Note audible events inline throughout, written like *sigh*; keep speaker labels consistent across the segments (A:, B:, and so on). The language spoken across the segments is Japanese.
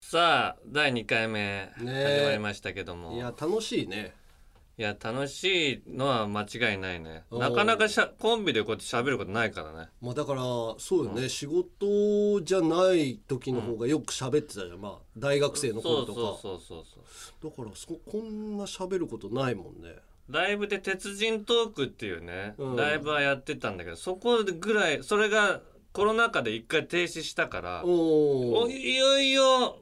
A: さあ第2回目始
B: ねえ
A: まりましたけども、
B: い
A: い
B: や
A: や
B: 楽しいね
A: 楽しいのは間違いないね
B: おー
A: なかなかしゃコンビでこうやって喋ることないからね
B: まあだからそうよね、仕事じゃない時の方がよく喋ってたじゃん、まあ大学生の
A: そ
B: 頃
A: う
B: とか
A: そうそうそうそう
B: だからそこんな喋ることないもんね
A: ライブで「鉄人トーク」っていうね、
B: うん
A: ライブはやってたんだけどそこぐらいそれがコロナ禍で一回停止したから
B: お
A: お
B: お
A: いよいよ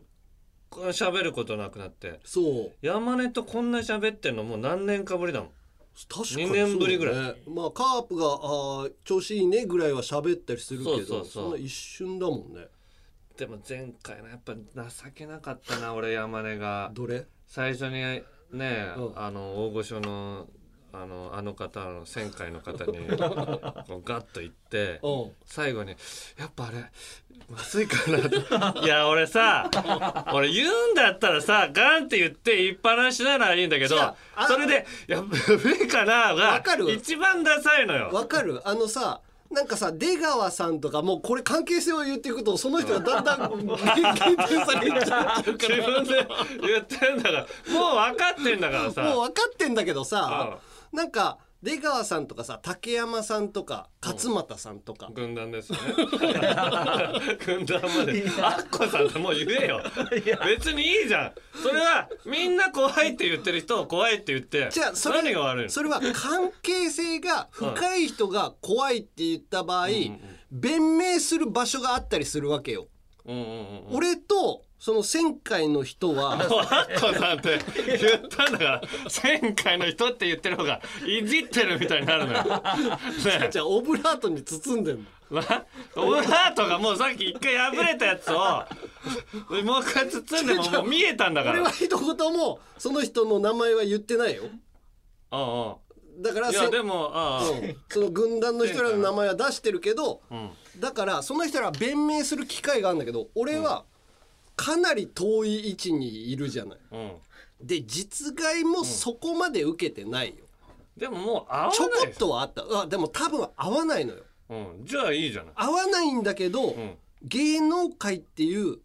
A: こう喋ることなくなって
B: そう
A: 山根とこんな喋ってんのもう何年かぶりだもん
B: 確かに
A: 二年ぶりぐらい
B: そうだねまあカープがあー調子いいねぐらいは喋ったりするけど
A: そうそうそうん
B: な一瞬だもんね
A: でも前回のやっぱ情けなかったな俺山根が
B: どれ
A: 最初にね、
B: うん
A: あの大御所のあのあの方の旋回の方
B: *laughs*
A: にこうガッと行って
B: うん
A: 最後に「やっぱあ
B: *laughs*
A: れまずいかな」いや俺さ俺言うんだったらさガンって言って言いっぱなしならいいんだけど
B: 違うあ
A: それで「やっぱ上かな」
B: わ
A: が
B: かる
A: 一番ダサいのよ。
B: *laughs* わかるあのさなんかさ出川さんとかもうこれ関係性を言っていくとその人がだんだん *laughs* 限定されちゃう
A: 自分で言ってんだからもう分かってんだからさ。
B: もう分かってんだけどさなんか出川さんとかさ竹山さんとか勝俣さんとか、
A: 軍団ですよ
B: *laughs*
A: ね。軍団まで。アッコさんってもう言えよ。別にいいじゃん。それはみんな怖いって言ってる人を怖いって言って
B: じゃあそれ
A: 何が悪いの？
B: それは関係性が深い人が怖いって言った場合、弁明する場所があったりするわけよ。
A: うんうんうんうん。
B: 俺とその1000回の人は
A: もうアッコさんって言ったんだから前回の人って言ってる方がいじってるみたいになる
B: *laughs*
A: のよ。ねえ
B: じゃあオブラートに包んでんの。
A: なオブラートがもうさっき一回破れたやつをもう一回包んでももう見えたんだか
B: 俺は
A: ら。
B: 一言もその人の名前は言ってないよ。
A: うんうん。
B: だから
A: い
B: せ
A: やでもああ。
B: うんその軍団の人らの名前は出してるけど、
A: ん
B: だからその人らは弁明する機会があるんだけど俺はかなり遠い位置にいるじゃない。
A: うん。
B: で実害もそこまで受けてないよ。
A: でももう合わない
B: ちょこ
A: で
B: っ
A: しょ
B: とはあったあでも多分合わないのよ
A: うん、じゃあいいじゃない。
B: 合わないんだけど、
A: ん
B: 芸能界っていう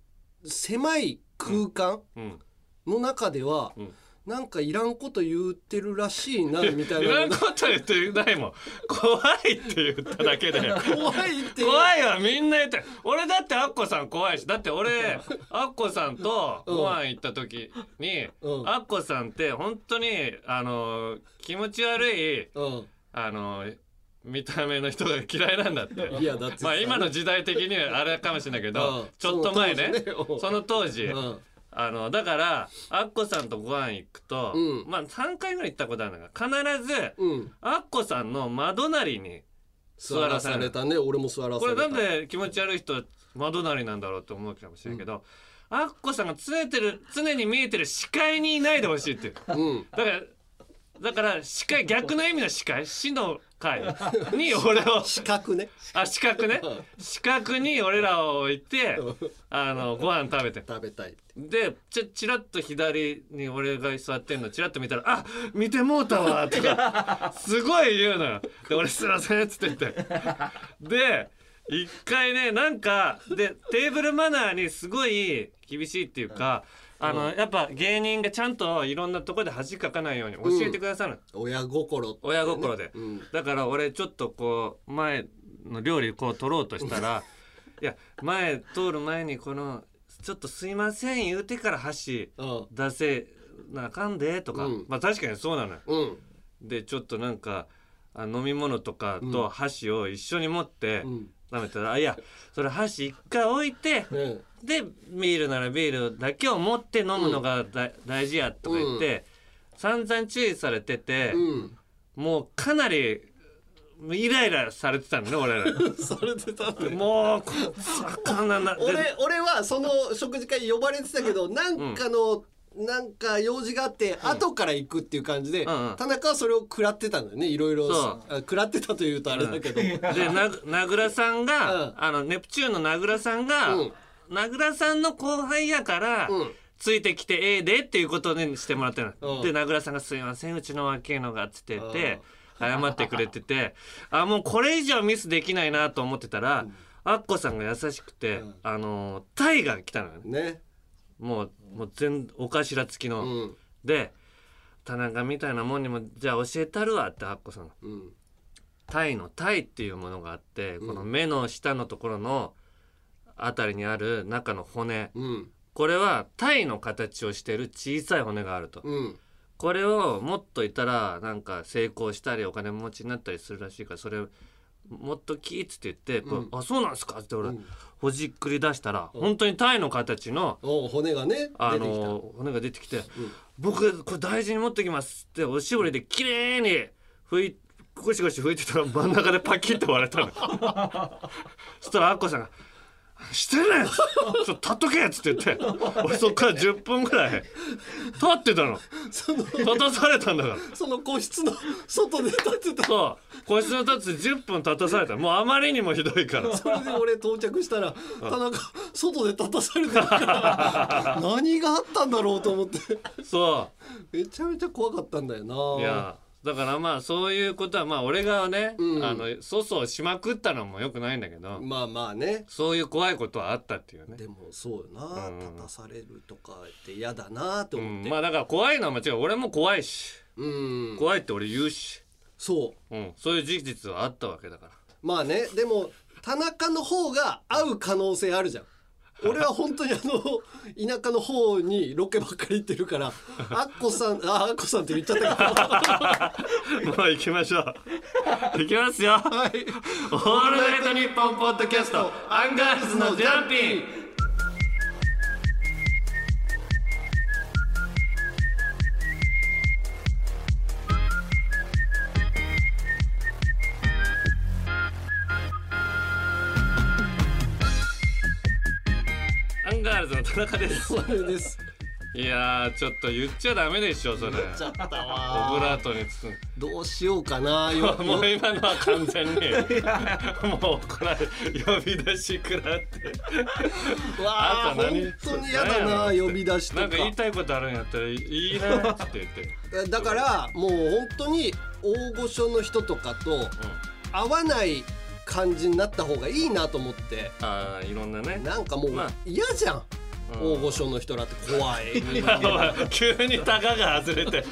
B: 狭い空間
A: うん。
B: の中では、
A: ん
B: なんかいらんこと言ってるらしいなみ
A: *laughs*
B: た
A: い
B: い
A: らん
B: な
A: こと言ってないもん。怖いって言っただけで。
B: 怖いっていう
A: 怖いはみんな言ってる俺だってアッコさん怖いしだって
B: *laughs*
A: 俺アッコさんとご飯行った時に、
B: うん
A: アッコさんって本当にあの気持ち悪いあの見た目の人が嫌いなんだって
B: うん、いやだってさ
A: まあ今の時代的にはあれかもしれないけど、
B: うん
A: ちょっと前ね
B: その当時ねうん
A: その当時、
B: うん
A: あのだからアッコさんとご飯行くと、
B: うん
A: まあ3回ぐらい行ったことあるのが必ず
B: うん
A: アッコさんの窓隣に
B: 座らされたね俺も座らさ
A: こ
B: れ
A: れ
B: た
A: なんで気持ち悪い人窓隣なんだろうって思うかもしれんけど、アッコさんが常てる常に見えてる視界にいないでほしいっていうだ
B: うん
A: からだから視界逆の意味の視界死の会に俺を
B: 資格ね
A: あ視覚ね視覚に俺らを置いてあのご飯食べて
B: 食べたいって
A: でちチラッと左に俺が座ってんのチラッと見たら「あ見てもうたわ」とかすごい言うのよ。で俺「すいません」っつって言って。で一回ねなんかでテーブルマナーにすごい厳しいっていうか。あのやっぱ芸人がちゃんといろんなところで恥かかないように教えてくださるの、
B: 親心って
A: 親心で、
B: うん
A: だから俺ちょっとこう前の料理こう取ろうとした
B: *laughs*
A: らいや前通る前にこの「ちょっとすいません」言うてから箸
B: うん
A: 出せなあかんでとか、
B: うん
A: まあ確かにそうなのよ。
B: うん
A: でちょっとなんかあ飲み物とかと箸を一緒に持って
B: うん
A: 舐めたら「あいやそれ箸一回置いて
B: うん
A: でビールならビールだけを持って飲むのがだ、大事や」とか言って、散々注意されてて。 *laughs*
B: うん
A: もうかなりイライラされてたのね
B: *laughs*
A: 俺ら
B: それでだって
A: もうこあかんななで
B: 俺俺はその食事会呼ばれてたけどなんかの、なんか用事があって後から行くっていう感じで、
A: うんうん
B: 田中はそれを食らってたんだよねいろいろ
A: そう
B: あ食らってたというとあれだけど、
A: でな名倉さんが、
B: うん
A: あのネプチューンの名倉さんが、
B: うん
A: 名倉さんの後輩やから、
B: うん
A: ついてきてええでっていうことにしてもらってるの、
B: うん
A: で名倉さんが「すいませんうちの若いのが」っつってて、謝ってくれててあもうこれ以上ミスできないなと思ってたら、アッコさんが優しくて、あのタイが来たのよね
B: ね
A: もうもう全お頭付きの、
B: うん
A: で田中みたいなもんにもじゃあ教えたるわってアッコさんが
B: うん
A: タイのタイっていうものがあって、この目の下のところのあたりにある中の骨
B: うん
A: これはタイの形をしている小さい骨があると、
B: うん
A: これを持っといたらなんか成功したりお金持ちになったりするらしいからそれもっときっつって言って「こう
B: うん
A: あそうなんすか?」って俺、
B: うん
A: ほじっくり出したら、本当にタイの形の
B: おう骨がね
A: あ
B: 出てきた
A: の骨が出てきて「僕これ大事に持ってきます」っておしぼりで綺麗に拭いゴシゴシ拭いてたら真ん中でパキッと割れたの *laughs* そしたらアッコさんが「してない *laughs* よそ立っとけ!」っつって言って俺そっから10分ぐらい立ってたの
B: その
A: 立たされたんだから。
B: その個室の外で立ってた
A: そう個室の立つ10分立たされたもうあまりにもひどいから
B: それで俺到着したら田中外で立たされてるから何があったんだろうと思って
A: そ
B: めちゃめちゃ怖かったんだよ
A: う
B: ない
A: やだからまあそういうことはまあ俺がね、
B: うん
A: あの粗相しまくったのもよくないんだけど、
B: まあまあね
A: そういう怖いことはあったっていうね、
B: でもそうよな、
A: うん
B: 立たされるとかって嫌だなって
A: う
B: 思っ
A: ん、
B: て、
A: まあだから怖いのは間違い俺も怖いし
B: うん、
A: 怖いって俺言うし、
B: そ
A: うん、そういう事実はあったわけだから
B: うまあねでも田中の方が合う可能性あるじゃん俺は本当にあの田 *laughs* 舎の方にロケばっかり行って
A: *laughs*
B: るからあっこさんああっこさんって言っちゃったけど
A: もう行きましょ
B: *laughs*
A: う行きますよ、オールナイトニッポンポッドキャストアンガールズのジャンピンアンガールズの田中です
B: それです
A: いやーちょっと言っちゃダメでしょそれオブ
B: 言っちゃった
A: ラ
B: わ
A: ートに包んで
B: どうしようかなよ
A: *laughs* もう今のは完全にもうこれ呼び出し食らって
B: わあ
A: あと
B: 本
A: 何
B: 当に嫌だな呼び出しと
A: な
B: か
A: んか言いたいことあるんやったらいいなって言って、
B: だからもう本当に大御所の人とかと合わない感じになった方がいいなと思って
A: ああいろんなね、
B: なんかもう
A: まあ
B: 嫌じゃん
A: うん
B: 大御所の人らって
A: *laughs*
B: 怖い
A: やばい *laughs* 急にタガが外れて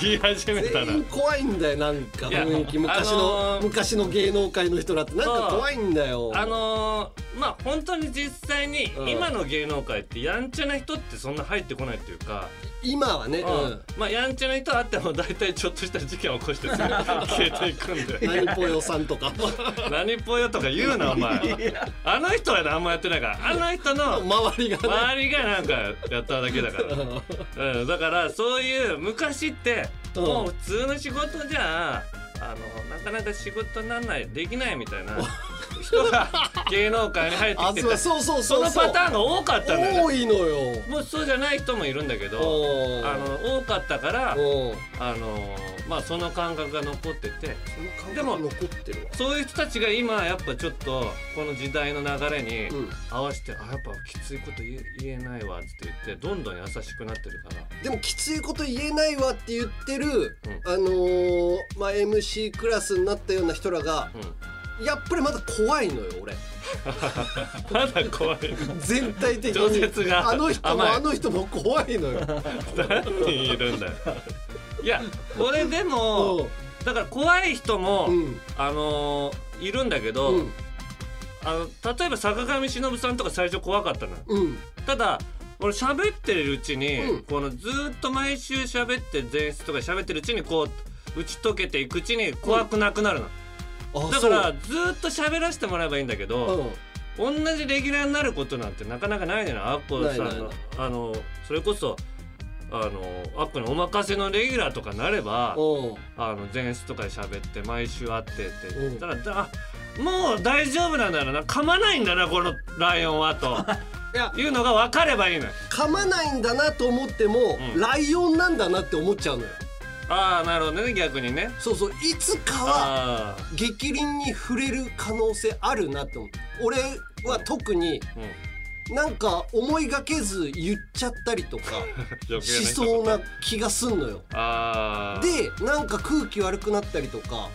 A: 言い始めたな
B: 全員怖いんだよなんか
A: いや
B: 雰囲気昔
A: あ
B: の
A: のー
B: 昔の芸能界の人らってなんか怖いんだよ
A: あのー、まあ本当に実際に
B: うん
A: 今の芸能界ってやんちゃな人ってそんな入ってこないっていうか、
B: 今はね
A: うんまあやんちゃな人あっても大体ちょっとした事件を起こ
B: *laughs*
A: してすぐ消えていくんで
B: うん何ぽよさんとか
A: 何ぽよとか言うなお前あの人はねあんまやってないからあの人の
B: 周りが
A: *laughs*
B: ね
A: 周りがなんかやっただけだから、うん、だからそういう昔って
B: うん
A: もう普通の仕事じゃあのなかなか仕事にならないできないみた
B: *laughs*
A: いな人が芸能界に入って
B: あ
A: きて
B: そう
A: た
B: そうそ
A: そ
B: うそう
A: のパターンが多かったんだよね
B: 多いのよ
A: もうそうじゃない人もいるんだけどあ
B: あ
A: の多かったから
B: の
A: あのまあその感覚が残ってて
B: でも残ってるわ
A: そういう人たちが今やっぱちょっとこの時代の流れに
B: うん
A: 合わせて、あやっぱきついこと言え言えないわって言ってどんどん優しくなってるから
B: でもきついこと言えないわって言ってる、あのーまあ、MC クラスになったような人らが
A: う
B: やっぱりまだ怖いのよ
A: *laughs*
B: 俺
A: ん、まだ怖い
B: 全体的
A: 情
B: に
A: 熱が
B: あの人も
A: 甘い
B: あの人も怖いのよ
A: *laughs* 何人い
B: *laughs*
A: るんだよいや俺で
B: う
A: も
B: ん
A: だから怖い人も、
B: うん
A: あのーいるんだけど、
B: うん
A: あの例えば坂上忍さんとか最初怖かったのよ
B: うん
A: ただ俺喋ってるうちに、
B: うん
A: このずーっと毎週喋って前室とか喋ってるうちにこう打ち解けていくうちに怖くなくなるの、
B: あ
A: だからずーっと喋らせてもらえばいいんだけ
B: そう、う
A: ど、
B: ん、
A: 同じレギュラーになることなんてなかなかないのよアッコさんの
B: ないないない
A: あのそれこそあのアッコにお任せのレギュラーとかなれば、
B: うん
A: あの前室とかで喋って毎週会ってって
B: うん
A: たらだあもう大丈夫なんだろうな噛まないんだなこのライオンはと
B: いや
A: いうのが分かればいいのよ。
B: 噛まないんだなと思っても、
A: うん
B: ライオンなんだなって思っちゃうのよ
A: ああなるほどね逆にね
B: そうそういつか
A: あ
B: は激鱗に触れる可能性あるなって思う俺は特に
A: あ、うん、
B: なんか思いがけず言っちゃったりとか
A: *laughs* 余計な人
B: しそうな気がすんのよ
A: ああ
B: でなんか空気悪くなったりとか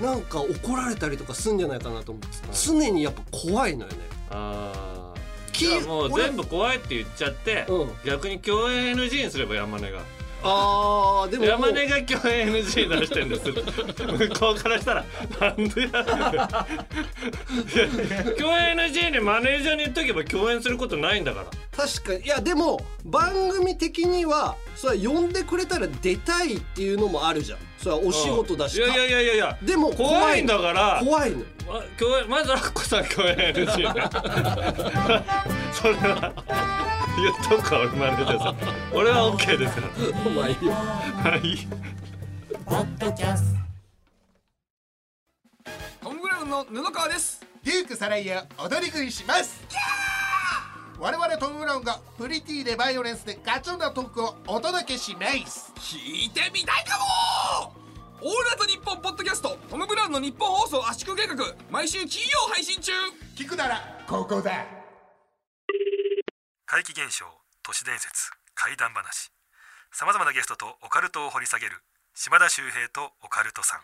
A: うん、
B: なんか怒られたりとかすんじゃないかなと思って常にやっぱ怖いのよね
A: ああ
B: き
A: じゃあもう全部怖いって言っちゃって、
B: うん
A: 逆に共演 NG にすれば山根が
B: ああでももう
A: 山根が共演 NG 出してんです向こうからしたらなんでやねんいや共演 NG にマネージャーに言っとけば共演することないんだから
B: 確かにいやでも番組的にはそれは呼んでくれたら出たいっていうのもあるじゃんそれはお仕事だし、
A: いやいやいやいやいや
B: でも怖い
A: 怖いんだから
B: 怖いのよ
A: ま共演まずアッコさん共演 NG それは言っとくか俺マネージャーさん俺は OK ですから
B: *laughs* お前よ
A: はい
C: トム・ブラウンの布川です
D: デュークサライヤを踊り食いします我々トム・ブラウンがプリティでバイオレンスでガチョンなトークをお届けします
C: 聞いてみたいかもオールナイトニッポンポッドキャストトム・ブラウンの日本放送圧縮計画毎週金曜配信中
D: 聞くならここだ
E: 怪奇現象都市伝説怪談話さまざまなゲストとオカルトを掘り下げる島田秀平とオカルトさん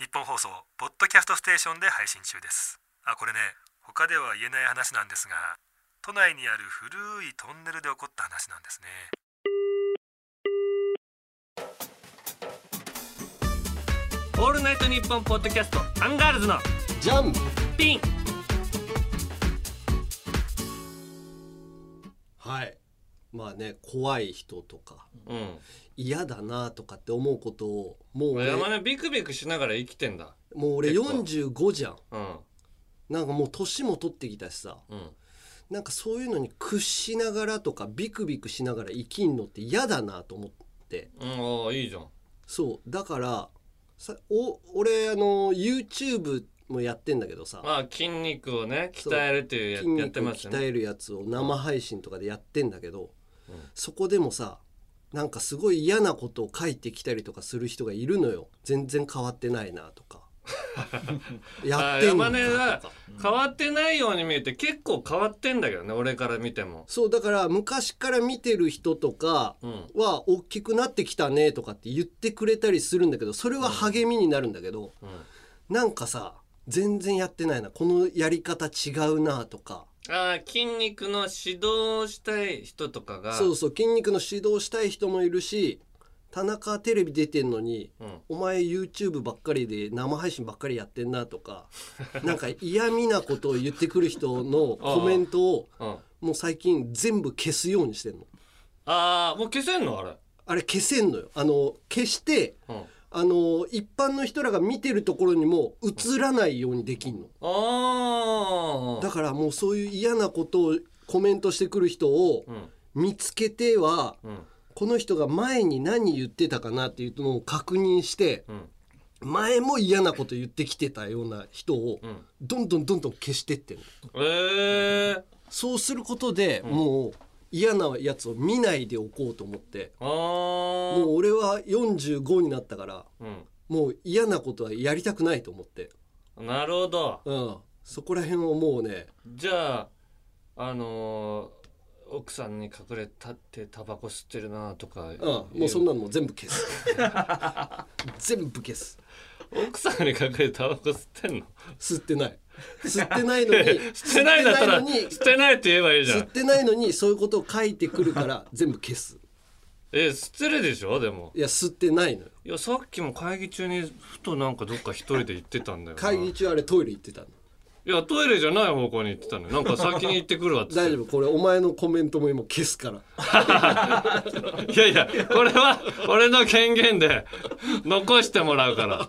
E: 日本放送ポッドキャストステーションで配信中ですあこれね他では言えない話なんですが都内にある古いトンネルで起こった話なんですね
A: 「オールナイトニッポン」ポッドキャストアンガールズの
B: ジャン
A: ピン
B: はいまあね怖い人とか
A: う
B: 嫌だなとかって思うことをもうん俺
A: 山根ビクビクしながら生きてんだ
B: もう俺
A: 結構
B: 45じゃん
A: うん
B: なんかもう年も取ってきたしさ
A: うん
B: なんかそういうのに屈しながらとかビクビクしながら生きんのって嫌だなと思って
A: うんああいいじゃん
B: そうだからさお俺あの YouTube もやってんだけどさ
A: まあ筋肉をね鍛えるっていう
B: 筋
A: ややって
B: 肉を
A: ますよ
B: 鍛
A: ね
B: えるやつを生配信とかでやってんだけど、そこでもさなんかすごい嫌なことを書いてきたりとかする人がいるのよ全然変わってないなと
A: *laughs*
B: かや
A: あ
B: っ
A: あ
B: てん
A: 山
B: の
A: 根
B: か
A: が変わってないように見えて結構変わってんだけどね俺から見ても
B: そうだから昔から見てる人とか
A: うん
B: は大きくなってきたねとかって言ってくれたりするんだけどそれは励みになるんだけど、なんかさ全然やってないなこのやり方違うなとか
A: ああ筋肉の指導をしたい人とかが
B: そうそう筋肉の指導したい人もいるし田中テレビ出てんのに、
A: うん
B: お前 YouTube ばっかりで生配信ばっかりやってんなと *laughs* かなんか嫌味なことを言ってくる人 *laughs* のコメントを
A: うん
B: もう最近全部消すようにしてんの
A: ああもう消せんのあれ
B: あれ消せんのよあの消して
A: うん
B: あの一般の人らが見てるところにも映らないようにできんの
A: あ
B: だ
A: あ
B: からもうそういう嫌なことをコメントしてくる人を
A: うん
B: 見つけては、
A: うん
B: この人が前に何言ってたかなっていうのを確認して、
A: うん
B: 前も嫌なこと言ってきてたような人を
A: ん
B: どんどんどんどん消してってる
A: ええ
B: そうすることでもう嫌なやつを見ないでおこうと思って
A: ああ
B: もう俺は45になったから
A: う
B: もう嫌なことはやりたくないと思って、
A: ん、なるほど
B: うん、そこら辺をもうね
A: じゃああのー奥さんに隠れたってタバコ吸ってるなとか、
B: うん、もうそんなのも全部消す *laughs* 全部消す
A: 奥さんに隠れてタバコ吸ってんの
B: 吸ってない吸ってないのに
A: *laughs* 吸ってないだったら
B: 吸ってないのに
A: 吸ってないって言えばいいじゃ
B: 吸っ
A: ん
B: てないのにそういうことを書いてくるから全部消す
A: え吸ってるでしょでも
B: いや吸ってないのよ
A: いやさっきも会議中にふとなんかどっか一人で行ってたんだよな
B: 会議中あれトイレ行ってたの
A: いやトイレじゃない方向に行ってたのよなんか先に行ってくるわっつって
B: 大丈夫これお前のコメントも今消すから
A: いやいやこれは俺の権限で残してもらうから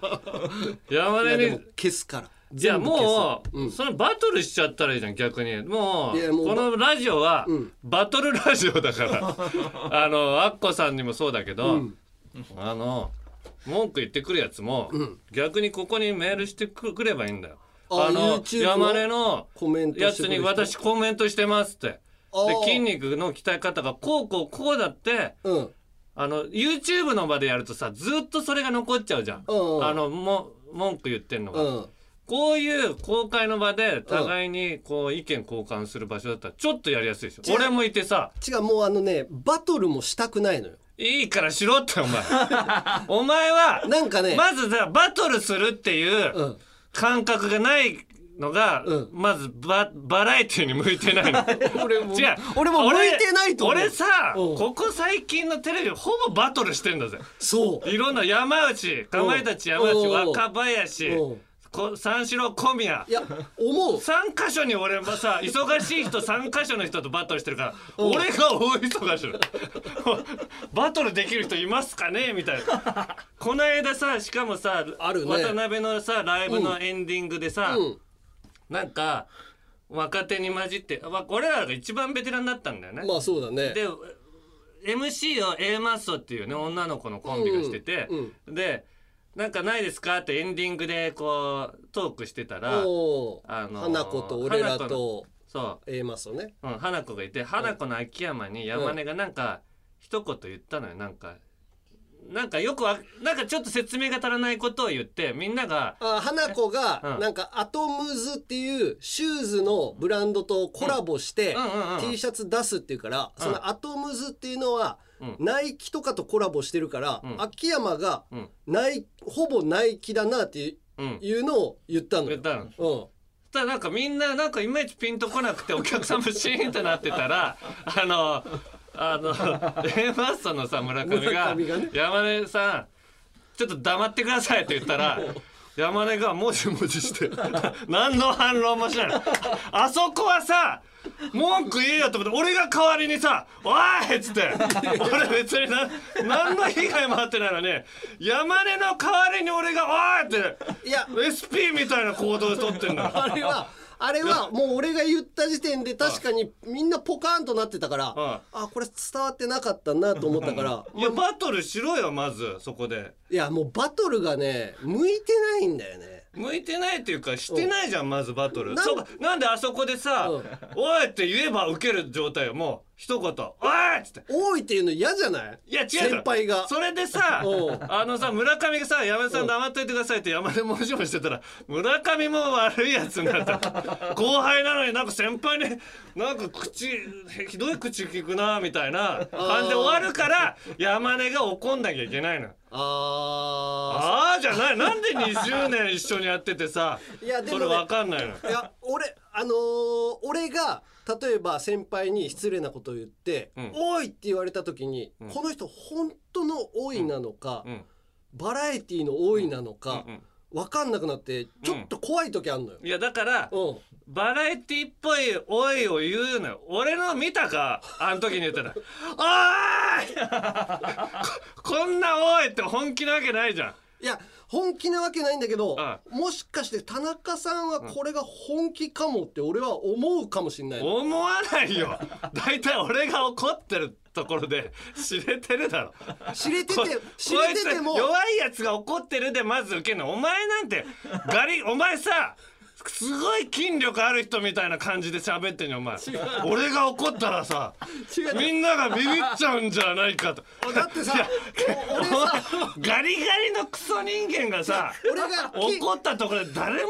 A: 山
B: いや
A: 根
B: でも
A: に
B: 消すから
A: じゃあ
B: 全部消
A: もう、そのバトルしちゃったらいいじゃん逆にもう
B: いやもう
A: このラジオは、
B: うん
A: バトルラジオだから
B: *laughs*
A: あのアッコさんにもそうだけど、
B: うん
A: あの文句言ってくるやつも、逆にここにメールしてくればいいんだよ。
B: あ
A: の
B: YouTube の
A: 山根の
B: コメント
A: や
B: し
A: つ
B: てくる
A: に
B: 人
A: 私コメントしてますって
B: あ
A: で
B: ー
A: 筋肉の鍛え方がこうこうこうだって
B: すうん
A: あの YouTube の場でやるとさずっとそれが残っちゃうじゃん、
B: うんうん
A: あのも文句言ってんのが、
B: うん
A: こういう公開の場で互いにこう意見交換する場所だったらちょっとやりやすいでしょ俺もいてさ
B: 違うもうあのねバトルもしたくないのよ
A: いいからしろってお
B: *laughs*
A: 前お前は
B: なんかね
A: まずさバトルするっていううん感覚がないのが、
B: うん
A: まずババラエティに向いてないの
B: *laughs* 俺も
A: 違う
B: 俺も向いてないと思う
A: 俺俺さ
B: うん
A: ここ最近のテレビほぼバトルしてんだぜ
B: そう
A: いろんな山内かまいたち山内
B: うん
A: 若林
B: うん
A: こ三四郎小宮
B: いや思う
A: 三箇所に俺もさ忙しい人
B: *laughs*
A: 三箇所の人とバトルしてるから
B: うん
A: 俺が大忙しいの *laughs* バトルできる人いますかねみたいなこの間さしかもさ
B: あるね
A: 渡辺のさライブのエンディングでさ、
B: うん
A: なんか若手に混じってわ俺らが一番ベテランだったんだよね、
B: まあそうだね
A: で MC を A マッソっていうね女の子のコンビがしてて、
B: うん
A: でなんかないですかってエンディングでこうトークしてたら
B: お
A: あのー
B: 花子と俺ら
A: 花子
B: と
A: そう
B: A マスをね
A: うん、花子がいて花子の秋山に山根がなんか一言言ったのよなんかなんかよくわなんかちょっと説明が足らないことを言ってみんなが
B: あ花子
A: う
B: が
A: ん
B: なんかアトムズっていうシューズのブランドとコラボして
A: うんうんうんうん
B: T シャツ出すっていうから
A: うん
B: そのアトムズっていうのは
A: うん
B: ナイキとかとコラボしてるから
A: うん
B: 秋山が
A: うん
B: ナイほぼナイキだなって
A: うん
B: いうのを言ったの
A: 言
B: よ
A: っ。たのそし
B: うん
A: たらなんかみんななんかいまいちピンとこなくてお客さんもシーンってなってた
B: *laughs*
A: らあのあの A マッソのさ村上
B: 村
A: が
B: 上がね
A: 山根さんちょっと黙ってくださいって言ったら山根がもじもじして *laughs* 何の反論もしないああそこはさ文句言えよって思って俺が代わりにさ「おい!」っつって俺別にな何の被害もあってないのに山根の代わりに俺が「おい!」って
B: いや
A: SP みたいな行動をとってんの
B: あ
A: *laughs*
B: れは、あれはもう俺が言った時点で確かにみんなポカーンとなってたから、
A: は
B: あ、これ伝わってなかったなと思った
A: *laughs*
B: から、
A: いやバトルしろよまずそこで
B: いや、もうバトルがね、向いてないんだよね。
A: 向いてないっていうかしてないじゃんまずバトル
B: なん
A: そうかなんであそこでさ
B: うん
A: 「おい!」って言えば受ける状態よもう一言「おい!」っつって。
B: 多いっていうの嫌じゃない
A: いや違う
B: 先輩が。
A: それでさ
B: うん
A: あのさ村上がさ「山田さん黙っといてください」って山でもじもじしてたら村上も悪いやつになった後輩なのになんか先輩になんか口ひどい口聞くなみたいな感じで終わるから山根が怒んなきゃいけないの。
B: あ
A: ああじゃないなんで20年一緒にやっててさ
B: いやでも
A: そ
B: ね
A: れわかんないの
B: ー。いや、俺、あのー俺が、例えば先輩に失礼なことを言って、
A: うん
B: 多いって言われた時に、
A: うん
B: この人本当の多いなのか、
A: うん
B: バラエティの多いなのか、
A: うん
B: わかんなくなって、ちょっと怖い時あんのよ。
A: いやだから
B: うん。
A: バラエティっぽい「おい」を言うのよ俺の見たかあの時に言ったら「おーい *laughs* こ」こんな「おい」って本気なわけないじゃん
B: いや本気なわけないんだけど
A: あ
B: もしかして田中さんはこれが本気かもって俺は思うかもしれないの
A: 思わないよ大体俺が怒ってるところで知れてるだろ
B: 知れてて
A: こ
B: 知れてても
A: こいつ弱いやつが怒ってるでまず受けるのお前なんてガリお前さすごい筋力ある人みたいな感じで喋ってんのお前俺が怒ったらさ
B: 違う
A: みんながビビっちゃうんじゃないかと
B: だってさ
A: いや
B: お俺さ
A: *laughs* ガリガリのクソ人間がさ
B: 俺がき
A: 怒ったところで誰もビ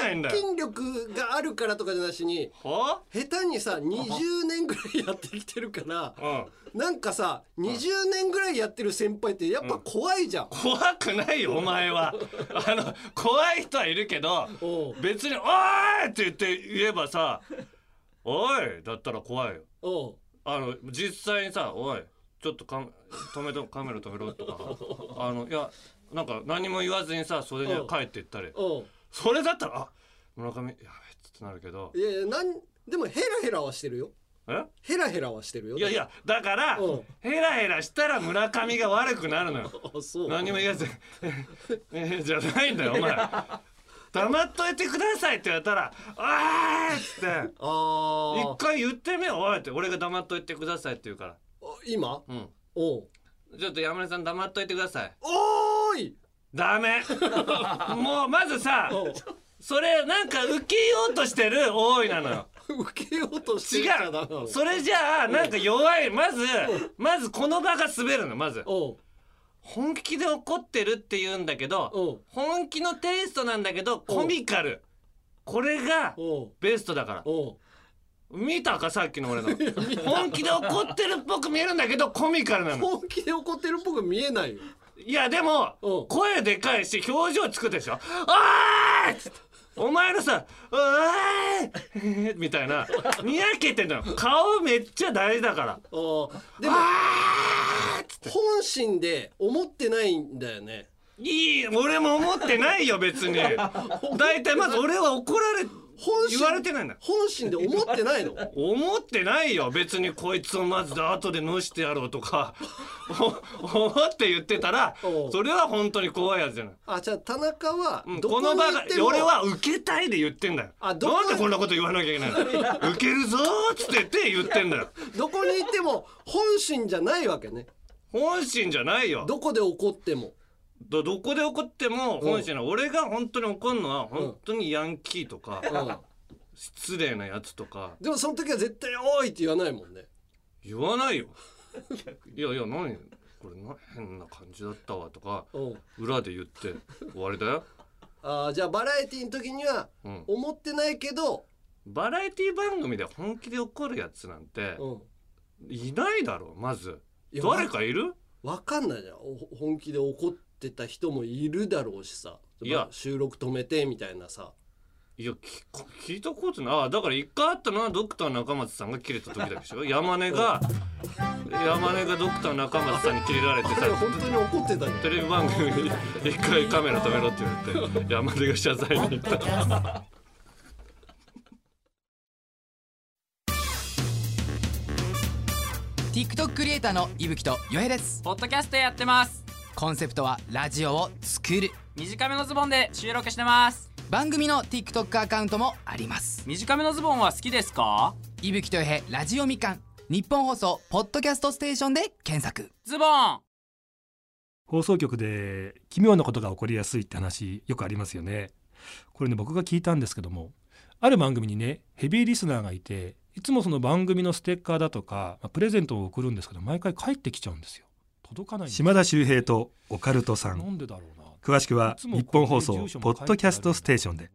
A: ビんないんだよ
B: 筋力があるからとかじゃなしに
A: は
B: 下手にさ20年ぐらいやってきてるから
A: うん
B: なんかさ20年ぐらいやってる先輩ってやっぱ怖いじゃん
A: 怖くないよお前はあの怖い人はいるけど
B: おう
A: 別に「おーい!」って言って言えばさ「おい!」だったら怖いよ
B: うん
A: あの実際にさ「おいちょっとカメ止めとカメラ止めろ」とかあのいやなんか何も言わずにさそれに帰っていったり
B: うん
A: それだったら「あ村上やべえ」ってなるけど
B: いやいやなんでもヘラヘラはしてるよ
A: え
B: ヘラヘラはしてるよ
A: いやいやだから
B: うん
A: ヘラヘラしたら村上が悪くなるのよ
B: あそう
A: 何も言わず *laughs* 「ええじゃないんだよお前黙っといてください」って言われたら「あーい!」っつって
B: あー
A: 一回言ってみようおいって俺が黙っといてくださいって言うから
B: あ今
A: うん
B: おう
A: ちょっと山根さん黙っといてください
B: おーい
A: ダ
B: *laughs*
A: メもうまずさ
B: おう
A: それなんか受けようとしてる多いなのよ
B: 受けようとして
A: 違
B: るからダメなの
A: うそれじゃあなんか弱いまずまずこの場が滑るのまず
B: おう
A: 本気で怒ってるって言うんだけど
B: おう
A: 本気のテイストなんだけどコミカルこれが
B: おう
A: ベストだから
B: おう
A: 見たかさっきの俺の本気で怒ってるっぽく見えるんだけどコミカルなの
B: 本気で怒ってるっぽく見えないよ
A: いやでも、
B: うん
A: 声でかいし表情つくでしょ「あーい!」っつってお前のさ「うわーい! 」みたいなにやけてんのよ顔めっちゃ大事だから
B: あーでも本心で思ってないんだよね
A: いい俺も思ってないよ別に大体まず俺は怒られ
B: 本心
A: 言われてないんだよ
B: 本心で思ってない
A: *laughs*
B: の
A: 思ってないよ別にこいつをまず後でのしてやろうとかお思って言ってたら
B: おう
A: それは本当に怖いやつじゃない、
B: あじゃあ田中は
A: うん
B: どこ
A: こ
B: に行
A: の
B: っ
A: 場が
B: ても、
A: 俺は受けたいで言ってんだよ
B: あどこ
A: なんでこんなこと言わなきゃいけないの受けるぞーっつってって言ってんだ
B: *laughs*
A: よ
B: どこに行っても本心じゃないわけね
A: 本心じゃないよ
B: どこで怒っても
A: どどこで怒っても本心な俺が本当に怒るのは本当にヤンキーとか、 *laughs*
B: うん
A: 失礼なやつとか
B: でもその時は絶対「おい!」って言わないもんね
A: 言わないよいやいや何これな変な感じだったわとか
B: うん
A: 裏で言って終わりだよ、
B: あーじゃあバラエティの時には
A: うん、
B: 思ってないけど、
A: バラエティ番組で本気で怒るやつなんて
B: うん、
A: いないだろまず
B: いや
A: 誰かいる
B: わかんないじゃんお本気で怒ってた人もいるだろうしさ
A: いや
B: まあ収録止めてみたいなさ
A: いや聞こ聞いたことないあだから一回あったのはドクター中松さんが切れた時だけで
B: *laughs*
A: しょ山根が山根がドクター中松さんに切れられて
B: あ
A: さ
B: れ本当に怒ってたの
A: テレビ番組に一回カメラ止めろって言われて山根が謝罪に行った
F: ティックトッククリエイターの伊吹とよへです
G: ポッドキャストやってます
F: コンセプトはラジオを作る
G: 短めのズボンで収録してます
F: 番組の TikTok アカウントもあります
G: 短めのズボンは好きですか
F: 伊吹とよへラジオみかん日本放送ポッドキャストステーションで検索
G: ズボン
H: 放送局で奇妙なことが起こりやすいって話よくありますよねこれね僕が聞いたんですけどもある番組にねヘビーリスナーがいていつもその番組のステッカーだとか、まあプレゼントを送るんですけど毎回帰ってきちゃうんですよ届かないんです
I: 島田秀平とオカルトさ
H: なんんでだろうな
I: 詳しくはい
H: つも
I: 日本放送
H: ここに住所
I: ポ
H: も書いてある
I: ッドキャストステーションで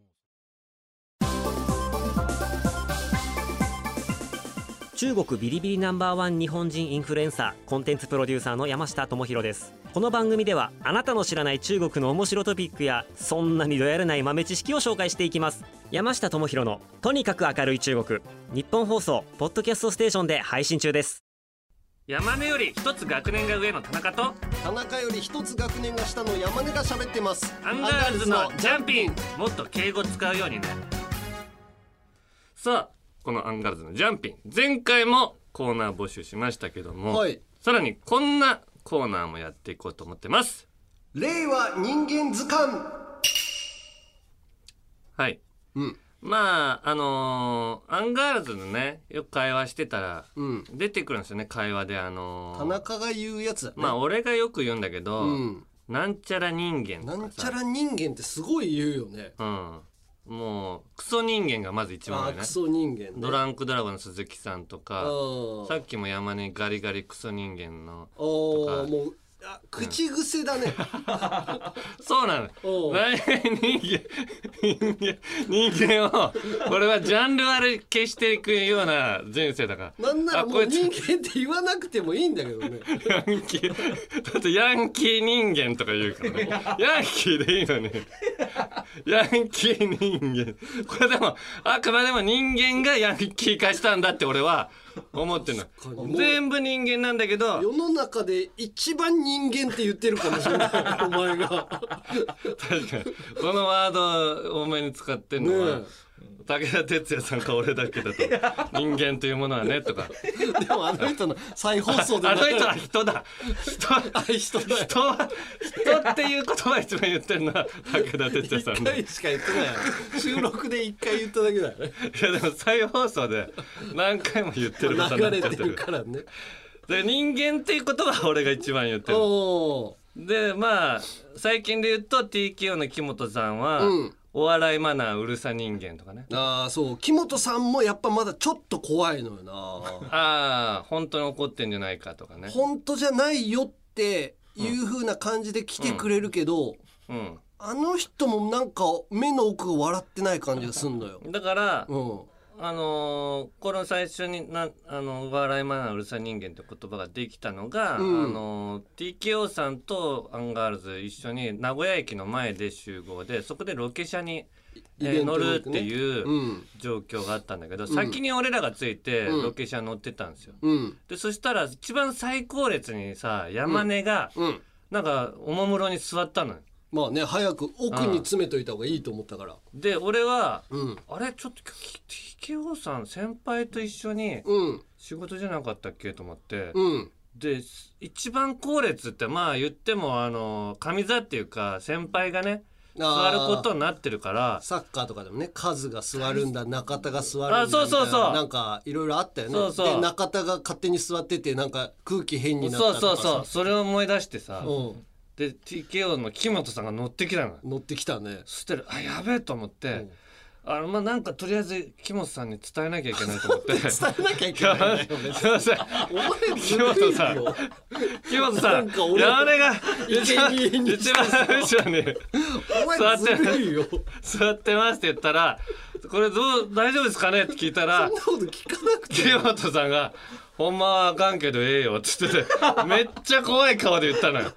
J: 中国ビリビリナンバーワン日本人インフルエンサーコンテンツプロデューサーの山下智博ですこの番組ではあなたの知らない中国の面白トピックやそんなにどやらない豆知識を紹介していきます山下智博のとにかく明るい中国日本放送ポッドキャストステーションで配信中です
A: 山根より一つ学年が上の田中と
B: 田中より一つ学年が下の山根が喋ってます
A: アンガールズのジャンピンもっと敬語使うようにねさあこのアンガールズのジャンピン前回もコーナー募集しましたけども、
B: はい
A: さらにこんなコーナーもやっていこうと思ってます
B: 令和人間図鑑
A: はい、
B: うん
A: まああのーアンガールズのねよく会話してたら
B: うん
A: 出てくるんですよね会話であのー
B: 田中が言うやつだね、
A: まあ俺がよく言うんだけど、
B: うん、
A: なんちゃら人間
B: な
A: とか
B: んちゃ
A: さ
B: ら人間ってすごい言うよね
A: うん、もうクソ人間がまず一番
B: あ
A: 多
B: あ
A: いね
B: クソ人間ね
A: ドランクドラゴンの鈴木さんと
B: あ
A: か
B: ー
A: さっきも山根ガリガリクソ人間の
B: お
A: と
B: ー
A: か
B: もうあ口癖だね、
A: そうなの
B: お
A: *laughs*
B: う
A: 何人間人間人間をこれはジャンル割り消していくような人生だから
B: なんならも
A: あこ
B: う
A: いつ
B: 人間って言わなくてもいいんだけどね
A: ヤンキーだってヤンキー人間とか言うからねヤンキーでいいのにヤンキー人間これでもあくまでも人間がヤンキー化したんだって俺は思ってる
B: 確かに
A: の全部人間なんだけど
B: 世の中で一番人間って言ってるかもしれない
A: *laughs*
B: お前が
A: 確かにこのワードを多めに使ってんのは、
B: ね
A: 武田鉄矢さんか俺だけだと人間というものはねとか
B: でもあの人の再放
A: あ
B: 送で
A: の人は人だ人
B: あ人だよ
A: 人は人っていう言葉一番言ってるのは武田鉄矢さん
B: 一
A: だ
B: 回しか言ってない収録で一回言っただけだよね
A: いやでも再放送で何回も言ってることにな
B: 流
A: っ
B: れ
A: ちゃってて
B: る
A: る
B: からね
A: で人間っていうことは俺が一番言ってる
B: お
A: でまあ最近で言うと TKO の木本さんは、
B: うん
A: お笑いマナーうるさ人間とかね
B: ーああそう木本さんもやっぱまだちょっと怖いのよな
A: ああ本当に怒ってんじゃないかとかね
B: 本当じゃないよっていう風な感じで来てくれるけど、
A: うん
B: あの人もなんか目の奥が笑ってない感じがすんのよ。
A: だから、
B: うん。
A: あのーこの最初になあの「笑いマナーうるさ人間」って言葉ができたのが、
B: うん
A: あのー TKO さんとアンガールズ一緒に名古屋駅の前で集合でそこでロケ車にえー乗るっていう
B: う
A: うん状況があったんだけど、
B: うん
A: 先に俺らがついて
B: うん
A: ロケ車に乗ってたんですよ。
B: うん
A: でそしたら一番最高列にさ山根が、なんかおもむろに座ったのよ。
B: まあね早く奥に詰めといた方がいいと思ったから
A: で俺は、
B: うん
A: あれちょっと TKO さん先輩と一緒に仕事じゃなかったっけと思って、
B: うん
A: で一番後列ってまあ言ってもあの上座っていうか先輩がね座
B: あー
A: ることになってるから
B: サッカーとかでもねカズが座るんだ中田が座るんだ
A: あそうそうそう
B: みたいななんかいろいろあったよね
A: そうそう
B: で中田が勝手に座っててなんか空気変になった
A: そう
B: とか
A: そう
B: さ
A: そうそれを思い出してさ、
B: うん
A: で TKO の木本さんが乗ってきたの
B: 乗ってきたね
A: そしたらあやべえと思って、あのまあなんかとりあえず木本さんに伝えなきゃいけないと思って *laughs* 伝
B: えなきゃいけ
A: ない *laughs* すいません
B: お前
A: 木本さん木本さん
B: なんか俺
A: 山根が一
B: 生
A: 番
B: 贄に
A: 一番後ろに座
B: 前
A: って
B: ずるいよ
A: 座ってますって言ったらこれどう大丈夫ですかねって聞いたら
B: そんなこと聞かなくて
A: 木本さんが「ほんまはあかんけどええよ」っつっててめっちゃ怖い顔で言ったのよ。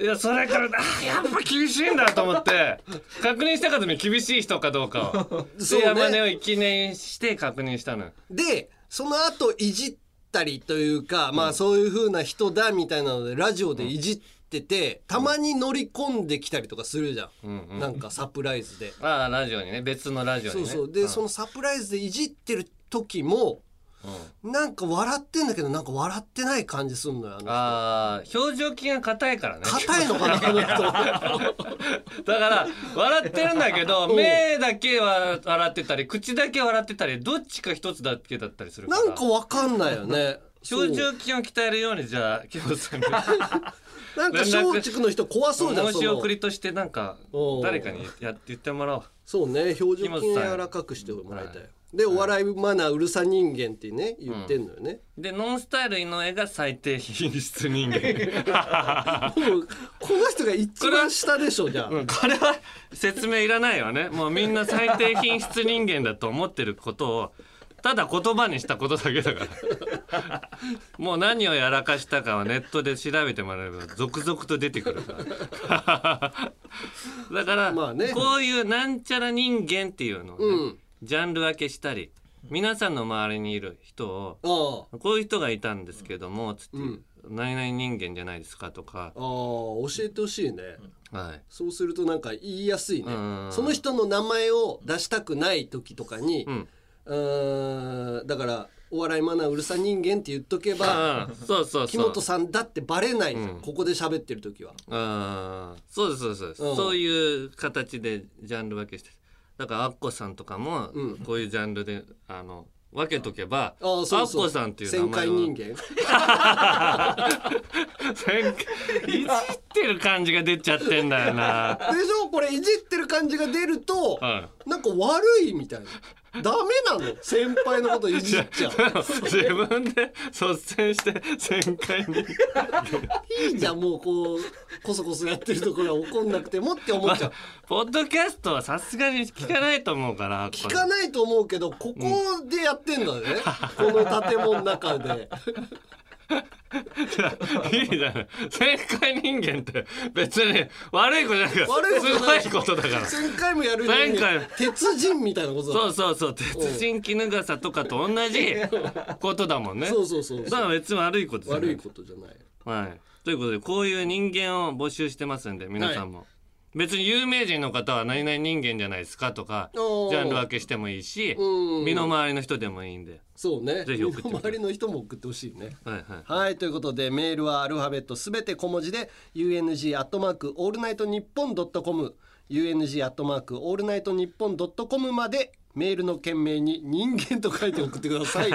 A: いやそれからあーやっぱ厳しいんだと思って確認したかったのに厳しい人かどうかを。
B: そう
A: で
B: ね
A: 山根を一念して確認したのよ。
B: でその後いじったりというか、まあそういう風な人だみたいなのでラジオでいじってて、たまに乗り込んできたりとかするじゃん、
A: うんうん
B: なんかサプライズで。
A: ああラジオにね別のラジオに
B: そう
A: ね。
B: そうで、そのサプライズでいじってる時も
A: うん
B: なんか笑ってんだけどなんか笑ってない感じすんのよあの
A: あー表情筋が硬いからね
B: 硬
A: *laughs*
B: いのかなこの人
A: だから笑ってるんだけ
B: *laughs*
A: ど
B: うん
A: 目だけは笑ってたり口だけ笑ってたりどっちか一つだけだったりするから
B: なんかわかんないよ
A: *laughs*
B: ね
A: 表情筋を鍛えるようにじゃあ木本さんに
B: そうなんか松竹の人怖 *laughs* そうじゃん
A: 申
B: そ
A: し
B: の
A: 送りとしてなんか
B: おう
A: 誰かにやって言ってもらおう
B: そうね表
A: 木
B: 情
A: 本
B: 筋
A: さん
B: 柔らかくしてもらいたいでお笑いマナーうるさ人間ってね言ってんのよね、
A: でノンスタイル井上が最低品質人間
B: もうこの人が一番下でしょじゃあ、
A: うんこれは説明いらないわねもうみんな最低品質人間だと思ってることをただ言葉にしたことだけだからもう何をやらかしたかはネットで調べてもらえば続々と出てくるから *laughs* だから、
B: まあね
A: こういうなんちゃら人間っていうのをね、
B: うん
A: ジャンル分けしたり皆さんの周りにいる人を
B: ああ
A: こういう人がいたんですけどもつって、何々人間じゃないですかとか
B: ああ、教えてほしいね、
A: はい、
B: そうするとなんか言いやすいね
A: うん
B: その人の名前を出したくない時とかに、
A: うん
B: うーんだからお笑いマナーうるさ人間って言っとけば
A: うんそうそうそう
B: 木本さんだってバレないじゃん、ここで喋ってる時は
A: ああそうですそうですそうです、
B: うん
A: そういう形でジャンル分けしてだからアッコさんとかも
B: うん
A: こういうジャンルで、あの分けとけば
B: あーそうそう
A: アッコさんっていう名
B: 旋
A: 前
B: 回
A: は
B: 人
A: *laughs*
B: 間
A: 旋回いじってる感じが出ちゃってんだよな、
B: でしょこれいじってる感じが出ると、
A: うん、
B: なんか悪いみたいなダメなの先輩のこといじっちゃう
A: *laughs* 自分で率先して旋回人間
B: いいじゃんもうこうこそこそやってるところは怒んなくてもって思っちゃう *laughs*
A: ポッドキャストはさすがに聞かないと思うから
B: 聞かないと思うけどここでやってんだね、 *laughs* この建物の中で
A: いいじゃない旋回人間って別に悪い子じゃなくて
B: 悪いことじゃない
A: すごいことだから
B: 1000回もやるの
A: 1000
B: に
A: 回
B: 鉄人みたいなことだ
A: そうそうそう鉄人衣笠とかと同じ
B: *laughs*
A: ことだもんね
B: そうそうそうそう
A: だから別に悪いことじゃな
B: 悪
A: い
B: いことじゃない
A: はい、ということでこういう人間を募集してますんで皆さんも、別に有名人の方は何々人間じゃないですかとかジ
B: おー
A: ャンル分けしてもいいし
B: うん
A: 身の回りの人でもいいんで
B: そうね
A: ぜひ送ってくださ
B: 周
A: い
B: りの人も送ってほしいね
A: はいはい
B: はいということでメールはアルファベットすべて小文字で UNG アットマークオールナイトニッポンドットコム UNG アットマークオールナイトニッポンドットコムまでメールの件名に人間と書いて送ってください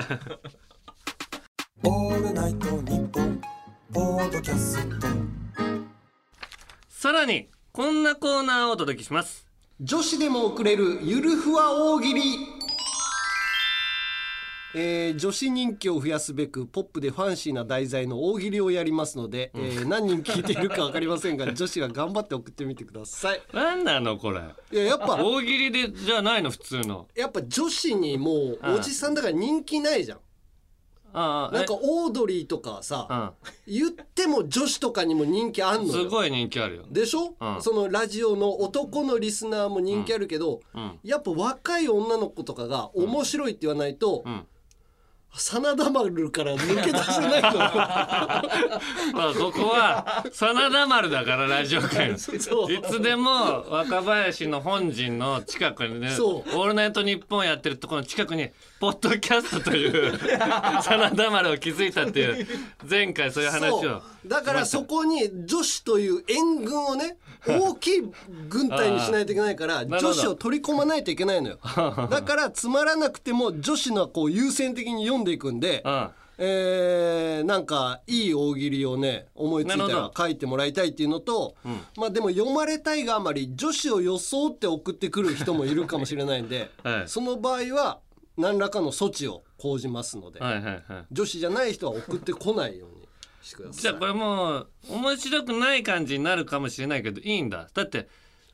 A: さらにこんなコーナーをお届けします
B: 女子でも送れるゆるふわ大喜利えー女子人気を増やすべくポップでファンシーな題材の大喜利をやりますので、えー何人聞いているか分かりませんが女子は頑張って送ってみてください
A: 何なのこれ
B: いややっ
A: *laughs*
B: ぱ
A: 大喜利でじゃないの普通の
B: やっぱ女子にもうおじさんだから人気ないじゃん
A: ああ
B: なんかオードリーとかさ、言っても女子とかにも人気あんの
A: す
B: よ
A: ごい人気あるよ
B: でしょ、
A: うん
B: そのラジオの男のリスナーも人気あるけど、
A: うん
B: やっぱ若い女の子とかが面白いって言わないと、
A: ん
B: 真田丸から抜け出せないのよ
A: まあここは真田丸だからラジオ界のい
B: *laughs* そう
A: つでも若林の本陣の近くにね「
B: そ
A: オ
B: う
A: ールナイトニッポン」やってるところの近くに「ポッドキャスト」と
B: *laughs*
A: いう真田丸を築いたっていう前回そういう話を
B: そうだからそこに女子という援軍を
A: *laughs*
B: ね大きい軍隊にしないといけないから
A: なるほど
B: 女子を取り込まないとい
A: *laughs*
B: けないのよだからつまらなくても女子のこう優先的に読んでいく
A: *laughs*
B: んで、
A: うん
B: えーなんかいい大喜利をね思いついた
A: なる
B: ら
A: ほ
B: 書いてもらいたいっていうのと、まあでも読まれたいがあまり女子を装って送ってくる人もいるかもしれないんで、
A: *laughs* はい
B: その場合は何らかの措置を講じますので、
A: はいはいはい
B: 女子じゃない人は送ってこないようにしてください。
A: じゃあこれもう面白くない感じになるかもしれないけどいいんだだって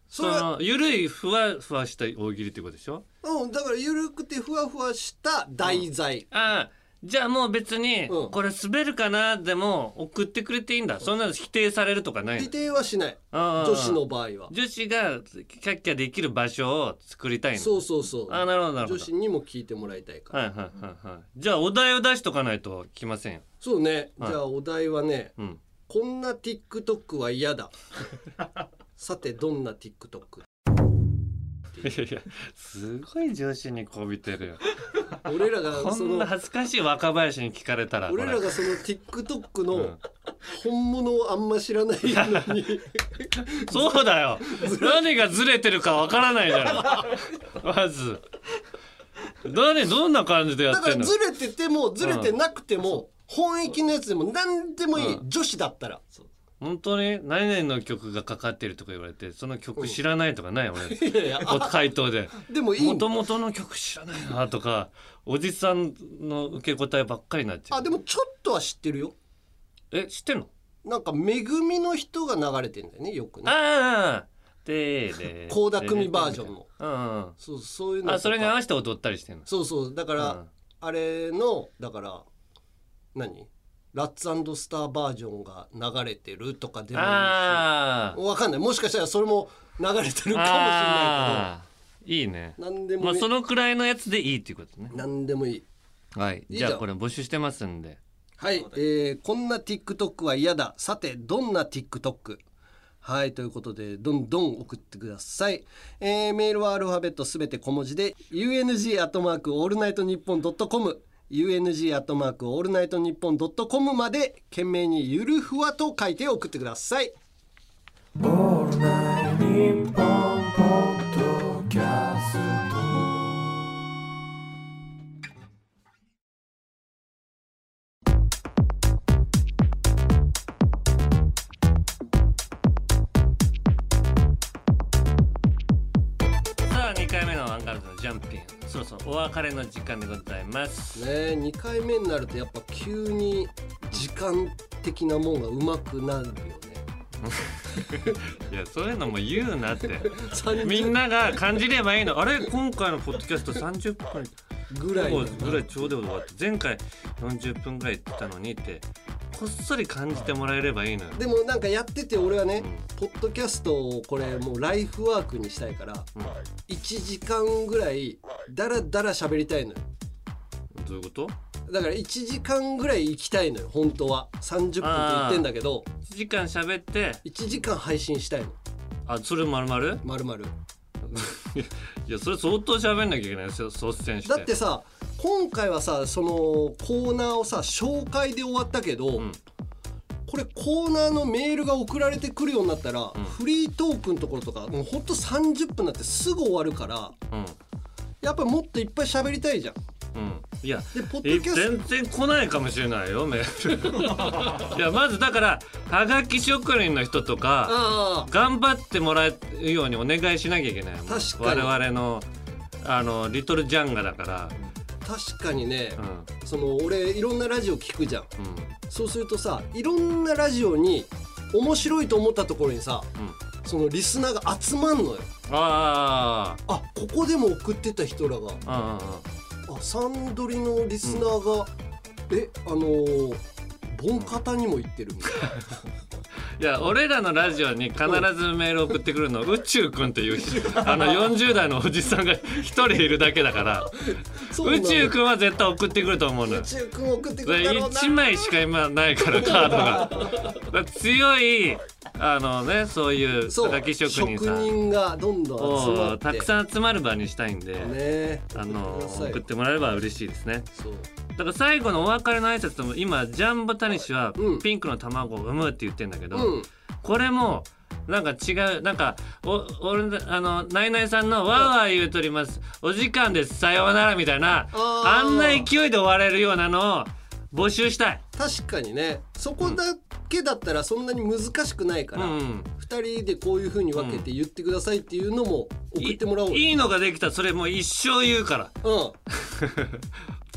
A: そ
B: れは
A: のゆるいふわふわした大喜利ってことでしょ
B: うん、だから緩くてふわふわした題材。
A: ああじゃあもう別に
B: うん
A: これ滑るかなでも送ってくれていいんだそんなの否定されるとかない
B: 否
A: の
B: 定はしない。
A: ああ
B: 女子の場合は。
A: 女子がキャッキャできる場所を作りたいの
B: そうそうそう。
A: あなるほどなるほ
B: 女
A: ど
B: 子にも聞いてもらいたいから。
A: はいはいはいはいじゃあお題を出しとかないと来ませんよ
B: そうね。
A: はい
B: じゃあお題はね、 *laughs*
A: うん
B: こんな TikTok は
A: *laughs*
B: 嫌だ。さてどんな TikTok?
A: いやいやすごい女子にこびてるよ
B: 俺らが
A: こ
B: *laughs* そ
A: ん
B: の
A: な恥ずかしい若林に聞かれたらこれ
B: 俺らがその TikTok
A: う
B: の
A: ん
B: 本物をあんま知らないのに
A: そうだよ何がずれてるかわからないじゃんまず何どんな感じでや
B: だ
A: っ
B: か
A: て
B: ら
A: んの
B: ずれててもずれてなくても本域のやつでも何でもいい女子だったら
A: 本当に何々の曲がかかってるとか言われてその曲知らないとかない俺
B: *laughs* いやいや
A: こ回答で
B: でもいい
A: も
B: んだ
A: ともとの曲知らないなとかおじさんの受け答えばっかりになっちゃ
B: あ
A: う
B: でもちょっとは知ってるよ
A: え知ってんの
B: なんか「めぐみ」の人が流れてんだよねよくね
A: ああでで
B: 倖田來未バージョンの
A: うんうん
B: そうそういうのとか
A: あそれに合わせて踊ったりしてんの
B: そうそうだから、
A: うん
B: あれのだから何ラッツスターバージョンが流れてるとかでもいいし
A: あー
B: わかんないもしかしたらそれも流れてるかもしれない
A: あーいいね
B: けど何でもいい、
A: まあそのくらいのやつでいいっていうことね
B: 何でもいい
A: はい
B: いい
A: じ
B: じゃん
A: ゃあこれ募集してますんで
B: はい、えーこんな TikTok は嫌だ。さて、どんな TikTok? はい、ということで、どんどん送ってください。えーメールはアルファベットすべて小文字で、UNG アットマークオールナイトニッポンドットコム、UNG アットマークオールナイトニッポンドットコムまで、懸命にゆるふわと書いて送ってください。
A: さあ2回目のアンガールズのジャンピンそろそろお別れの時間でございます
B: ねえ、2回目になるとやっぱ急に時間的なもんがうまくなるよね。
A: いやそういうのも言うなって *laughs*
B: 30
A: みんなが感じればいいのあれ今回のポッドキャスト30分
B: ぐらいの
A: ぐらいちょうど終わって前回40分ぐらい言ったのにってこっそり感じてもらえればいいのよ
B: でもなんかやってて俺はね、ポッドキャストをこれもうライフワークにしたいから、1時間ぐらいだらだら喋りたいのよ
A: どういうこと
B: だから1時間ぐらい行きたいのよ本当は30分って言ってんだけど
A: ?1 時間喋って
B: 1時間配信したいの
A: あそれまるまる
B: まるまる
A: いやそれ相当喋んなきゃいけないですよ率先して
B: だってさ今回はさそのコーナーをさ紹介で終わったけど、
A: ん
B: これコーナーのメールが送られてくるようになったら、フリートークのところとかもうほんと30分になってすぐ終わるから
A: うん
B: やっぱりもっといっぱい喋りたいじゃん。
A: うんいや
B: でポッドキ
A: え
B: ャス
A: 全然来ないかもしれないよメー *laughs* ルいやまずだからはがき職人の人と
B: ト
A: か
B: あ
A: 頑張ってもらうようにお願いしなきゃいけないもん
B: 確かに
A: 我々のあのリトルジャンガだか
B: あ確かにね、
A: らうん
B: その俺いろんなラジオ聞くじゃん
A: うん
B: そうするとさいろんなラジオに面白いと思ったところにさ、そのリスナーが集まんのよ
A: あ
B: あここでも送ってた人らが
A: あうんうんうん
B: あサンドリのリスナーがえあのーボンカタにも
A: *laughs*
B: 行ってるみたい
A: いや俺らのラジオに必ずメール送ってくるの宇宙くんっていうあの40代のおじさんが一人いるだけだ *laughs* から
B: そうな
A: 宇
B: の
A: 宙くんは絶対送ってくると思うの
B: な
A: よ
B: 宇宙くん送ってくるだろうな
A: 1枚しか今ないからカードがだから強いあのねそういう
B: そう
A: 叩き職人さ
B: 職
A: ん
B: 人がどんどん集ま
A: を
B: って
A: たくさん集まる場にしたいんで、
B: ね
A: あの
B: 送ってください
A: 送ってもらえれば嬉しいですね
B: そう
A: だから最後のお別れの挨拶とも今ジャンボタニシは
B: うん
A: ピンクの卵を産むって言ってんだけど、
B: うん
A: これもなんか違うなんかお俺あのナイナイさんの「わーわー言うとりますお時間ですさようなら」みたいな
B: あー
A: あんな勢いで終われるようなのを募集したい。
B: 確かにねそこだけだったらそんなに難しくないか
A: う
B: ら、二
A: ん、
B: 人でこういう風に分けて言ってくださいっていうのも送ってもらおうよ
A: いいいのができたらそれもう一生言うから *laughs*
B: うん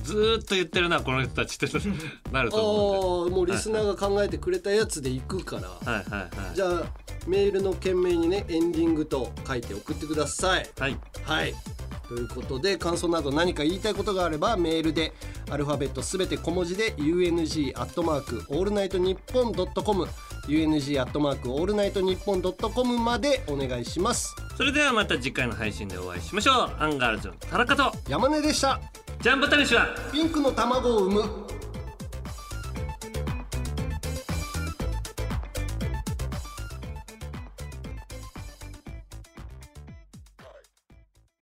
A: ずーっと言ってるなこの人たちってなる
B: ああ
A: と思うん
B: もうリスナーが考えてくれたやつで行くから、
A: ではいはいはい
B: じゃあメールの件名にねエンディングと書いて送ってください
A: はい
B: はいということで感想など何か言いたいことがあればメールでアルファベットすべて小文字で UNG アットマークオールナイトニッポンドットコム UNG アットマークオールナイトニッポンドットコムまでお願いします
A: それではまた次回の配信でお会いしましょうアンガールズの田中と
B: 山根でした
A: ジャンボタニシは
B: ピンクの卵を産む